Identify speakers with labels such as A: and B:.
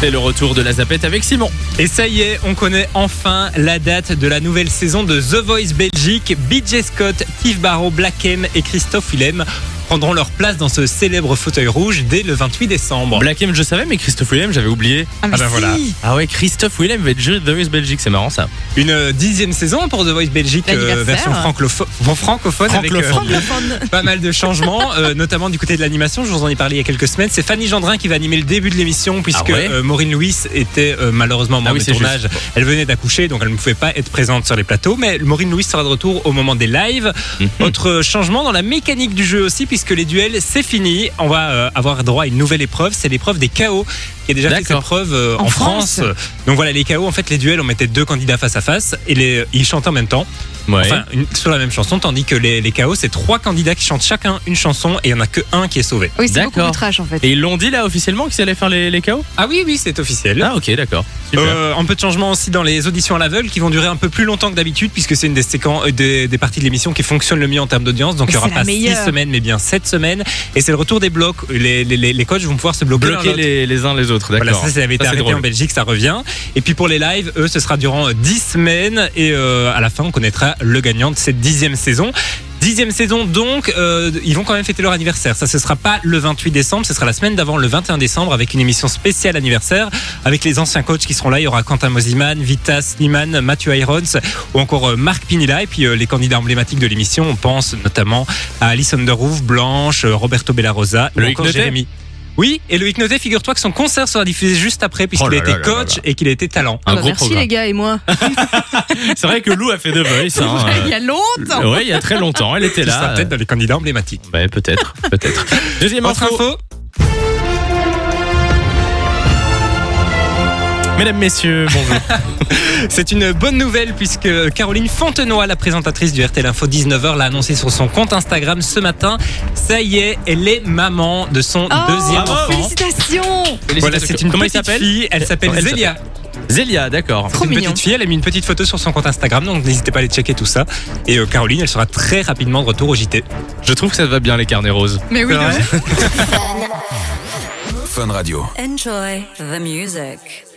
A: C'est le retour de la zapette avec Simon.
B: Et ça y est, on connaît enfin la date de la nouvelle saison de The Voice Belgique. BJ Scott, Yves Barrault, Blackem et Christophe Willem prendront leur place dans ce célèbre fauteuil rouge dès le 28 décembre.
A: Black M, je savais, mais Christophe Willem, j'avais oublié.
C: Ah, mais
B: ben voilà.
C: si
A: Ah ouais, Christophe Willem va être juré de The Voice Belgique, c'est marrant ça. Ah
B: Une euh, dixième saison pour The Voice Belgique, euh,
C: L'anniversaire.
B: version francophone, francophone avec euh,
A: Francophone.
C: Anglophone.
B: pas mal de changements, euh, notamment du côté de l'animation. Je vous en ai parlé il y a quelques semaines. C'est Fanny Gendrin qui va animer le début de l'émission, puisque
A: Ah ouais
B: euh, Maureen Louis était euh, malheureusement en
A: Ah
B: mode
A: oui,
B: de
A: c'est
B: tournage.
A: juste.
B: Elle venait d'accoucher, donc elle ne pouvait pas être présente sur les plateaux. Mais Maureen Louis sera de retour au moment des lives. Autre changement dans la mécanique du jeu aussi, puisque les duels, c'est fini. On va euh, avoir droit à une nouvelle épreuve. C'est l'épreuve des KO, qui a déjà fait cette
A: D'accord.
B: épreuve euh, en,
C: En
B: France.
C: France.
B: Donc voilà, les KO, en fait, les duels, on mettait deux candidats face à face et les, ils chantaient en même temps.
A: Ouais.
B: Enfin, une- sur la même chanson, tandis que les, les KO, c'est trois candidats qui chantent chacun une chanson et il n'y en a que un qui est sauvé.
C: Oui, c'est beaucoup
A: D'accord.
C: de trash en fait.
A: et ils l'ont dit là officiellement qu'ils allaient faire les, les KO
B: Ah oui, oui, c'est officiel.
A: Ah ok, d'accord. Super.
B: Euh, un peu de changement aussi dans les auditions à l'aveugle qui vont durer un peu plus longtemps que d'habitude puisque c'est une des, séquences, euh, des, des parties de l'émission qui fonctionne le mieux en termes d'audience. Donc il n'y
C: Mais
B: aura
C: c'est la
B: pas six
C: meilleure.
B: semaines mais bien sept semaines. Et c'est le retour des blocs. Les, les, les- les coachs vont pouvoir se bloquer. l'un
A: Bloquer
B: l'autre.
A: les, les uns les autres,
B: Voilà,
A: d'accord.
B: ça, ça avait été
A: Ça, c'est
B: arrêté
A: drôle.
B: en Belgique, ça revient. Et puis pour les lives, eux, ce sera durant euh, 10 semaines. Et euh, à la fin, on connaîtra le gagnant de cette dixième saison. Dixième saison, donc, euh, ils vont quand même fêter leur anniversaire. Ça, ce sera pas le 28 décembre, ce sera la semaine d'avant, le 21 décembre, avec une émission spéciale anniversaire, avec les anciens coachs qui seront là. Il y aura Quentin Mosiman, Vita Sliman, Mathieu Irons, ou encore euh, Marc Pinilla. Et puis euh, les candidats emblématiques de l'émission, on pense notamment à Alice Underhoof, Blanche, euh, Roberto Bellarosa, ou
A: Loïc
B: encore
A: Notet.
B: Jérémy. Oui, et Loïc Notet, figure-toi que son concert sera diffusé juste après, puisqu'il
A: Oh là
B: a été
A: là là
B: coach
A: là
B: et qu'il a été talent.
C: Ah
A: Un
C: bah,
A: gros
C: merci
A: programme.
C: les gars et moi.
A: C'est vrai que Lou a fait The Voice. hein,
C: Il y a longtemps.
A: euh, ouais, il y a très longtemps, elle était
B: Il sera
A: là. euh,
B: peut-être dans les candidats emblématiques.
A: Ouais, peut-être, peut-être. Deuxième
B: Autre
A: info.
B: info
A: Mesdames, messieurs, bonjour.
B: C'est une bonne nouvelle puisque Caroline Fontenoy, la présentatrice du RTL Info 19h, l'a annoncé sur son compte Instagram ce matin. Ça y est, elle est maman de son
C: Oh,
B: deuxième enfant.
C: Félicitations
B: Voilà, c'est une
A: Comment il
B: petite
A: s'appelle
B: fille. Elle s'appelle
A: Non, elle
B: Zélia.
A: Zélia, d'accord.
C: Trop
B: une
C: mignon.
B: petite fille. Elle a mis une petite photo sur son compte Instagram, donc n'hésitez pas à aller checker tout ça. Et euh, Caroline, elle sera très rapidement de retour au JT.
A: Je trouve que ça te va bien les carnets roses.
C: Mais oui,
B: C'est
C: de
B: vrai
C: ouf.
D: Fun Radio.
E: Enjoy the music.